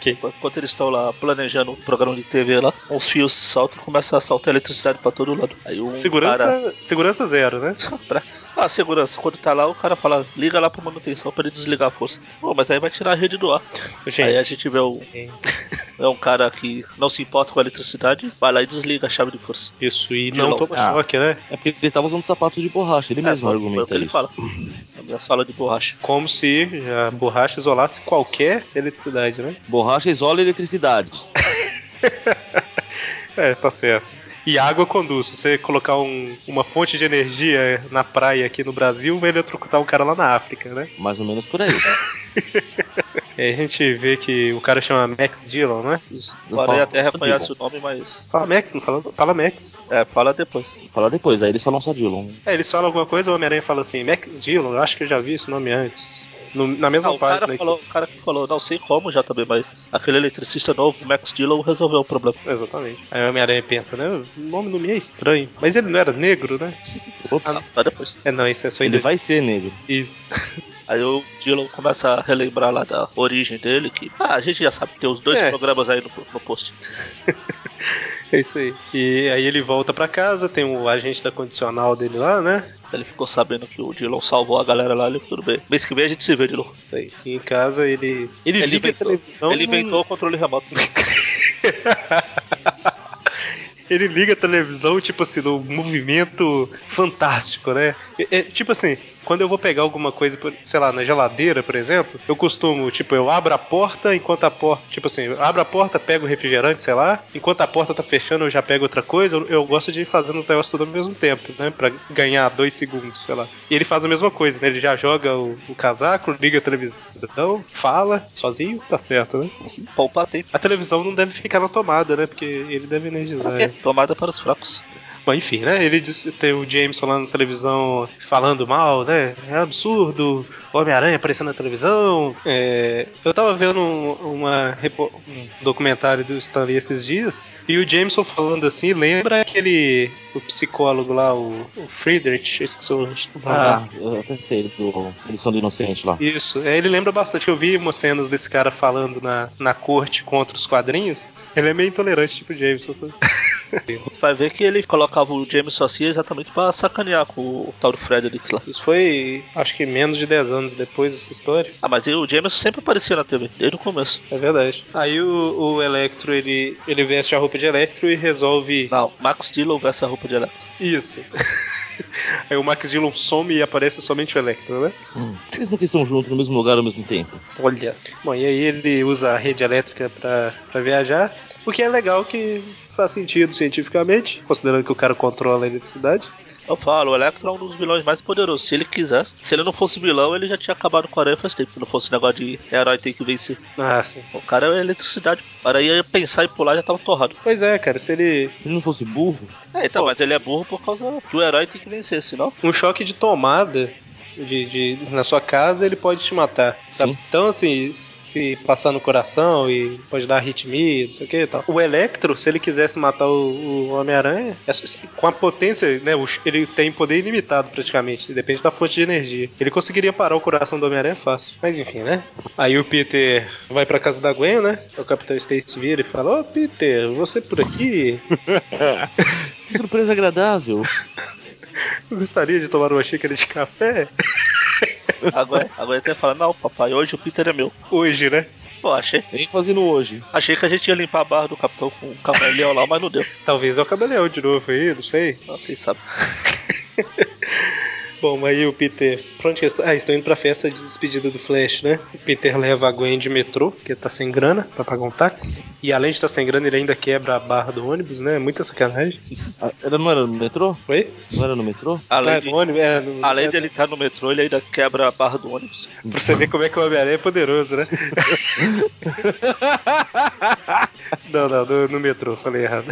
[SPEAKER 2] ok.
[SPEAKER 3] Enquanto eles estão lá planejando um programa de TV lá, uns fios saltam e começam a saltar eletricidade pra todo lado. Aí um cara-
[SPEAKER 2] Segurança, segurança zero, né?
[SPEAKER 3] pra- Ah, segurança. Quando tá lá, o cara fala, liga lá pra manutenção pra ele desligar a força. Pô, mas aí vai tirar a rede do ar. Aí a
[SPEAKER 2] Gente,
[SPEAKER 3] gente vê um, é um cara que não se importa com a eletricidade, vai lá e desliga a chave de força.
[SPEAKER 2] isso. E
[SPEAKER 3] de
[SPEAKER 2] não
[SPEAKER 3] novo.
[SPEAKER 2] toma
[SPEAKER 4] Ah.
[SPEAKER 2] choque, né?
[SPEAKER 4] É porque ele tava usando sapatos de borracha, ele mesmo
[SPEAKER 3] É, foi o que
[SPEAKER 4] argumenta
[SPEAKER 3] ele
[SPEAKER 4] isso.
[SPEAKER 3] fala. A minha sala de borracha.
[SPEAKER 2] Como se a borracha isolasse qualquer eletricidade, né?
[SPEAKER 4] Borracha isola a eletricidade.
[SPEAKER 2] É, tá certo. E água conduz. Se você colocar um- uma fonte de energia na praia aqui no Brasil, vai eletrocutar um cara lá na África, né?
[SPEAKER 4] Mais ou menos por aí.
[SPEAKER 2] E aí a gente vê que o cara chama Max Dillon, né?
[SPEAKER 3] Isso.
[SPEAKER 4] Eu
[SPEAKER 3] Agora aí
[SPEAKER 4] falo-
[SPEAKER 3] a Terra
[SPEAKER 4] eu digo.
[SPEAKER 3] conhece o nome, mas.
[SPEAKER 2] Fala Max, não fala, fala Max.
[SPEAKER 3] É, fala depois.
[SPEAKER 4] Vou falar depois, aí eles falam só Dillon.
[SPEAKER 2] É, eles falam alguma coisa, o Homem-Aranha fala assim, Max Dillon, eu acho que eu já vi esse nome antes. No- na mesma
[SPEAKER 3] Ah, o,
[SPEAKER 2] página.
[SPEAKER 3] cara
[SPEAKER 2] aqui.
[SPEAKER 3] falou, o cara que falou, não sei como já também, mas aquele eletricista novo, Max Dillon, resolveu o problema.
[SPEAKER 2] Exatamente. Aí o Homem-Aranha pensa, né? O nome do meio é estranho. Mas ele não era negro, né?
[SPEAKER 4] Ops,
[SPEAKER 3] Ah, não, só depois.
[SPEAKER 2] É, não, isso é só em
[SPEAKER 4] ele
[SPEAKER 2] dois-
[SPEAKER 4] vai ser negro.
[SPEAKER 2] Isso.
[SPEAKER 3] Aí o Dylan começa a relembrar lá da origem dele, que ah, a gente já sabe, tem os dois
[SPEAKER 2] É.
[SPEAKER 3] programas aí no, no post.
[SPEAKER 2] É isso aí. E aí ele volta pra casa, tem o agente da condicional dele lá, né?
[SPEAKER 3] Ele ficou sabendo que o Dylan salvou a galera lá, ele tudo bem. Mês que vem a gente se vê de novo.
[SPEAKER 2] Isso aí. E em casa ele. Ele,
[SPEAKER 3] Ele
[SPEAKER 2] liga
[SPEAKER 3] inventou.
[SPEAKER 2] a televisão.
[SPEAKER 3] ele inventou o controle remoto.
[SPEAKER 2] Ele liga a televisão, tipo assim, num movimento fantástico, né? É, é, tipo assim, quando eu vou pegar alguma coisa, por- sei lá, na geladeira, por exemplo, eu costumo, tipo, eu abro a porta enquanto a porta. Tipo assim, eu abro a porta, pego o refrigerante, sei lá, enquanto a porta tá fechando, eu já pego outra coisa. Eu, eu gosto de ir fazendo os negócios tudo ao mesmo tempo, né? Pra ganhar dois segundos, sei lá. E ele faz a mesma coisa, né? Ele já joga o, o casaco, liga a televisão, fala, sozinho, tá certo, né?
[SPEAKER 3] Poupar tempo.
[SPEAKER 2] A televisão não deve ficar na tomada, né? Porque ele deve energizar.
[SPEAKER 3] É, tomada para os fracos.
[SPEAKER 2] Bom, enfim, né? Ele disse, tem o Jameson lá na televisão falando mal, né? É absurdo, o Homem-Aranha aparecendo na televisão. É, Eu tava vendo um, uma repo- um documentário do Stanley esses dias, e o Jameson falando assim, lembra aquele o psicólogo lá, o, o Friedrich, eu esqueci o nome
[SPEAKER 4] Ah, eu até sei do Sedução do Inocente lá.
[SPEAKER 2] isso, é, ele lembra bastante. Eu vi umas cenas desse cara falando na, na corte contra os quadrinhos. Ele é meio intolerante, tipo o Jameson, sabe?
[SPEAKER 3] Vai ver que ele colocava o Jameson assim exatamente para sacanear com o tal do Frederick lá.
[SPEAKER 2] Isso foi, acho que menos de 10 anos depois dessa história.
[SPEAKER 3] Ah, mas o Jameson sempre aparecia na TV, desde o começo.
[SPEAKER 2] É verdade. Aí o, o Electro, ele, ele veste a roupa de Electro e resolve...
[SPEAKER 3] Não, Max Dillon versus a roupa de Electro.
[SPEAKER 2] Isso. Aí o Max Dillon some e aparece somente o Electro, né?
[SPEAKER 4] Hum, Por que eles nunca estão juntos no mesmo lugar ao mesmo tempo?
[SPEAKER 2] Olha. Bom, e aí ele usa a rede elétrica pra, pra viajar, o que é legal que faz sentido cientificamente, considerando que o cara controla a eletricidade.
[SPEAKER 3] Eu falo, o Electro é um dos vilões mais poderosos. Se ele quisesse, se ele não fosse vilão, ele já tinha acabado com o Aranha faz tempo. Se não fosse negócio de herói tem que vencer.
[SPEAKER 2] Ah, sim.
[SPEAKER 3] O cara é eletricidade. O Aranha ia pensar e pular já tava torrado.
[SPEAKER 2] Pois é, cara, se ele.
[SPEAKER 4] Se ele não fosse burro,
[SPEAKER 3] É, então, mas ele é burro por causa que o herói tem que vencer, senão.
[SPEAKER 2] Um choque de tomada de, de- na sua casa, ele pode te matar. sabe?
[SPEAKER 4] Sim.
[SPEAKER 2] Então, assim, se- se passar no coração e pode dar arritmia, não sei o que e tal. O Electro, se ele quisesse matar o, o Homem-Aranha, é só- se- com a potência, né? o ch- Ele tem poder ilimitado praticamente, depende da fonte de energia. Ele conseguiria parar o coração do Homem-Aranha fácil. Mas enfim, né? Aí o Peter vai pra casa da Gwen, né? O Capitão Stacy vira e fala: Ô Peter, você por aqui?
[SPEAKER 4] que surpresa agradável.
[SPEAKER 2] Gostaria de tomar uma xícara de café?
[SPEAKER 3] Agora, agora ele até fala, não, papai, hoje o Peter é meu.
[SPEAKER 2] Hoje, né?
[SPEAKER 3] Pô, achei,
[SPEAKER 4] Vem fazendo hoje.
[SPEAKER 3] achei que a gente ia limpar a barra do capitão com o camaleão lá, mas não deu.
[SPEAKER 2] Talvez é o camaleão de novo aí, não sei.
[SPEAKER 3] Ah, Quem sabe?
[SPEAKER 2] Bom, aí o Peter. Pra onde que eles Ah, eles estão indo pra festa de despedida do Flash, né? O Peter leva a Gwen de metrô, porque tá sem grana pra pagar um táxi. E além de estar sem grana, ele ainda quebra a barra do ônibus, né? Muita sacanagem.
[SPEAKER 4] Ah, Era, não era no metrô?
[SPEAKER 2] Oi?
[SPEAKER 4] Não era no metrô?
[SPEAKER 2] Ah,
[SPEAKER 3] Além
[SPEAKER 2] no
[SPEAKER 3] de,
[SPEAKER 2] ônibus, é, no-
[SPEAKER 3] além
[SPEAKER 2] é,
[SPEAKER 3] de ele estar no metrô, ele ainda quebra a barra do ônibus.
[SPEAKER 2] Pra você ver como é que o Homem-Aranha é poderoso, né? não, não, no, no metrô, falei errado.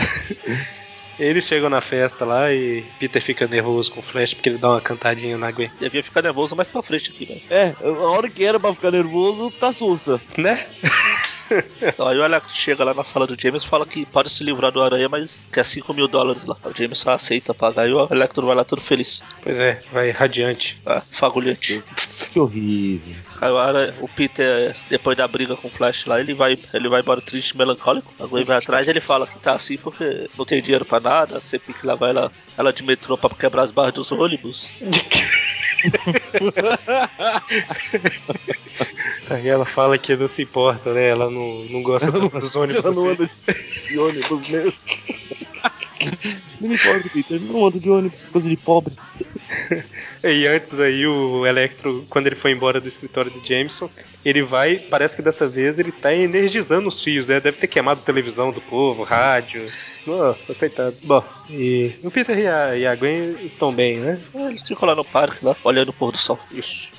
[SPEAKER 2] Eles chegam na festa lá e Peter fica nervoso com o Flash porque ele dá uma cantadinha na Gwen.
[SPEAKER 3] Devia ficar nervoso mais pra frente aqui, né? velho.
[SPEAKER 4] É, a hora que era pra ficar nervoso, tá sussa.
[SPEAKER 2] Né?
[SPEAKER 3] Então, aí o Electro chega lá na sala do James e fala que pode se livrar do Aranha, mas quer 5 mil dólares lá. O James só aceita pagar e o Electro vai lá todo feliz.
[SPEAKER 2] Pois é, vai radiante.
[SPEAKER 3] Ah, fagulhante.
[SPEAKER 4] Que horrível.
[SPEAKER 3] Aí o, Aranha- o Peter, depois da briga com o Flash lá, ele vai, ele vai embora triste, melancólico. A Gwen vai atrás e ele fala que tá assim porque não tem dinheiro pra nada, sempre que lá vai ela, ela de metrô pra quebrar as barras dos ônibus.
[SPEAKER 2] Aí ela fala que não se importa, né? Ela não, não gosta dos ônibus.
[SPEAKER 4] Ela não
[SPEAKER 2] assim.
[SPEAKER 4] anda Tá de ônibus mesmo. Não me importa, Peter. Não anda de ônibus, coisa de pobre.
[SPEAKER 2] E antes aí o Electro, quando ele foi embora do escritório do Jameson, ele vai, parece que dessa vez ele tá energizando os fios, né? Deve ter queimado televisão do povo, rádio. Nossa, coitado. Bom, e o Peter e a, e a Gwen estão bem, né?
[SPEAKER 3] Ele ficou lá no parque, lá, olhando o pôr do sol.
[SPEAKER 2] Isso.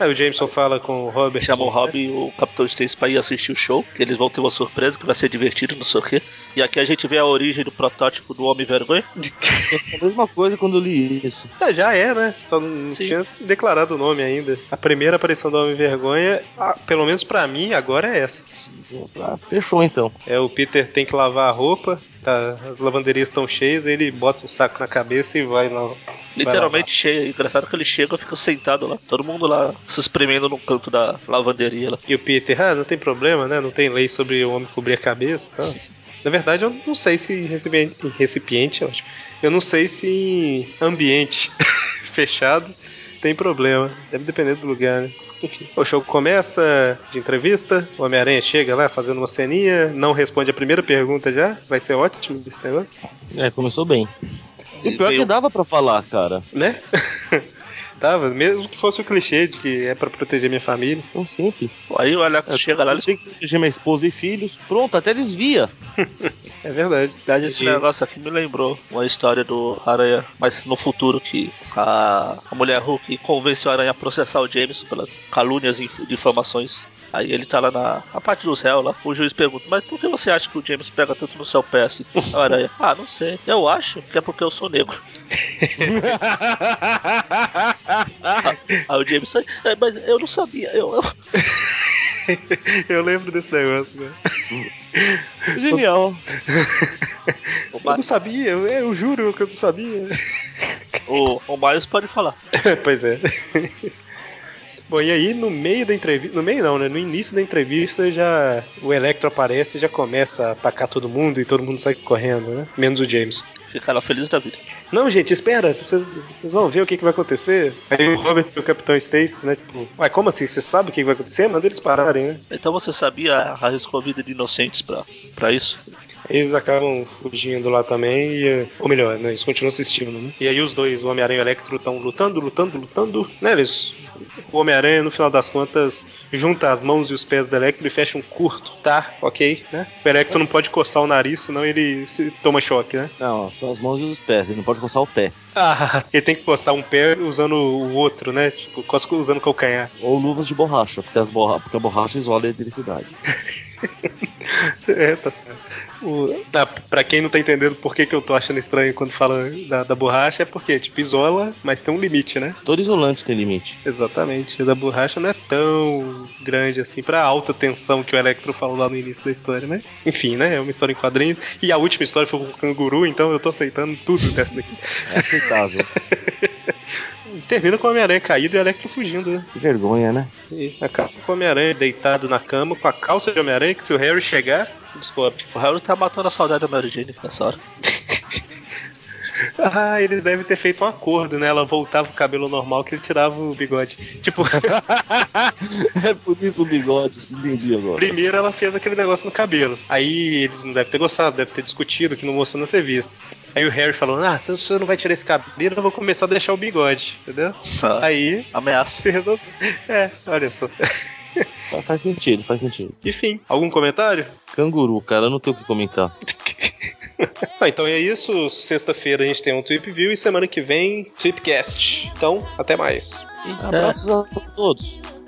[SPEAKER 2] Aí o Jameson fala com o Robert.
[SPEAKER 3] Chamou o Rob e o Capitão Stacy pra ir assistir o show, que eles vão ter uma surpresa, que vai ser divertido, não sei o quê. E aqui a gente vê a origem do protótipo do Homem Vergonha.
[SPEAKER 4] A mesma coisa quando eu li isso.
[SPEAKER 2] Ah, já é, né? Só não
[SPEAKER 3] Sim.
[SPEAKER 2] tinha declarado o nome ainda. A primeira aparição do Homem Vergonha, ah, pelo menos pra mim, agora é essa.
[SPEAKER 4] Ah, fechou então.
[SPEAKER 2] É o Peter tem que lavar a roupa, tá- as lavanderias estão cheias, ele bota um saco na cabeça e vai lá.
[SPEAKER 3] Literalmente cheia. Engraçado que ele chega e fica sentado lá. Todo mundo lá se espremendo no canto da lavanderia lá.
[SPEAKER 2] E o Peter, ah, não tem problema, né? Não tem lei sobre o homem cobrir a cabeça e tal. Na verdade, eu não sei se em recipiente, em recipiente, é ótimo. Eu não sei se em ambiente fechado tem problema. Deve depender do lugar, né? Enfim, o show começa de entrevista, o Homem-Aranha chega lá fazendo uma ceninha, não responde a primeira pergunta já, vai ser ótimo esse negócio,
[SPEAKER 4] É, começou bem. E o pior é que
[SPEAKER 3] Veio-
[SPEAKER 4] dava pra falar, cara.
[SPEAKER 2] né? Tava, mesmo que fosse o clichê de que é pra proteger minha família.
[SPEAKER 4] Tão simples.
[SPEAKER 3] Aí o Alex
[SPEAKER 4] É,
[SPEAKER 3] chega lá,
[SPEAKER 4] eu
[SPEAKER 3] eles
[SPEAKER 4] tenho que proteger minha esposa e filhos. Pronto, até desvia.
[SPEAKER 2] É verdade.
[SPEAKER 3] Aliás, esse
[SPEAKER 2] E-
[SPEAKER 3] negócio aqui me lembrou uma história do Aranha, mas no futuro, que a, a mulher Hulk convence o Aranha a processar o James pelas calúnias e inf- difamações. Aí ele tá lá na, na parte do céu, lá, o juiz pergunta, mas por que você acha que o James pega tanto no seu pé assim? Aí O Aranha, ah, não sei, eu acho que é porque eu sou negro. Aí o James, "É, mas eu não sabia, eu... eu-
[SPEAKER 2] Eu lembro desse negócio, né?
[SPEAKER 4] Genial.
[SPEAKER 3] O,
[SPEAKER 2] Eu não
[SPEAKER 3] Miles,
[SPEAKER 2] sabia, eu, eu juro que eu não sabia.
[SPEAKER 3] o, o Miles pode falar.
[SPEAKER 2] pois é. Bom, e aí no meio da entrevista. No meio não, né? No início da entrevista já. O Electro aparece e já começa a atacar todo mundo e todo mundo sai correndo, né? Menos o James.
[SPEAKER 3] Fica lá feliz da vida.
[SPEAKER 2] Não, gente, espera, vocês, vocês vão ver o que, que vai acontecer. Aí o Robert e o Capitão Stacy, né? Tipo, uai, como assim? Você sabe o que, que vai acontecer? Manda eles pararem, né?
[SPEAKER 3] Então você sabia arriscou a vida de inocentes pra, pra isso?
[SPEAKER 2] Eles acabam fugindo lá também, e, ou melhor, né, eles continuam assistindo, né? E aí os dois, o Homem-Aranha e o Electro, estão lutando, lutando, lutando, né? Eles, o Homem-Aranha, no final das contas, junta as mãos e os pés do Electro e fecha um curto, tá? Ok, né? O Electro não pode coçar o nariz, senão ele se toma choque, né?
[SPEAKER 4] Não, são as mãos e os pés. Ele não pode coçar o pé.
[SPEAKER 2] Ah, ele tem que coçar um pé usando o outro, né? Tipo, cosco- usando o calcanhar.
[SPEAKER 4] Ou luvas de borracha, porque, as borra... porque a borracha isola a eletricidade.
[SPEAKER 2] É, tá certo. O, ah, pra quem não tá entendendo por que, que eu tô achando estranho quando fala da, da borracha, é porque, tipo, isola, mas tem um limite, né?
[SPEAKER 4] Todo isolante tem limite.
[SPEAKER 2] Exatamente. A da borracha não é tão grande assim pra alta tensão que o Electro falou lá no início da história, mas enfim, né? É uma história em quadrinhos. E a última história foi com o canguru, então eu tô aceitando tudo dessa daqui.
[SPEAKER 4] É aceitável.
[SPEAKER 2] Termina com o Homem-Aranha caído e o Electro fugindo, né?
[SPEAKER 4] que vergonha, né?
[SPEAKER 2] E acaba com o Homem-Aranha deitado na cama com a calça de Homem-Aranha que se o Harry chegar, descobre.
[SPEAKER 3] O Harry tá matando a saudade da Mary Jane nessa hora.
[SPEAKER 2] Ah, eles devem ter feito um acordo, né? Ela voltava o cabelo normal que ele tirava o bigode. Tipo,
[SPEAKER 4] É por isso o bigode, isso que eu entendi agora.
[SPEAKER 2] Primeiro ela fez aquele negócio no cabelo. Aí eles não devem ter gostado, devem ter discutido, que não mostrou nas revistas. Aí o Harry falou: Ah, se você não vai tirar esse cabelo, eu vou começar a deixar o bigode, entendeu?
[SPEAKER 3] Ah,
[SPEAKER 2] Aí
[SPEAKER 3] Ameaça.
[SPEAKER 2] se resolveu. É, olha só.
[SPEAKER 4] Fa- Tá, Faz sentido, faz sentido.
[SPEAKER 2] Enfim, algum comentário?
[SPEAKER 4] Canguru, cara, eu não tenho o que comentar.
[SPEAKER 2] Ah, então é isso. Sexta-feira a gente tem um Tweep View e semana que vem, Tweepcast. Então, até mais.
[SPEAKER 3] Então,
[SPEAKER 4] Abraços a todos.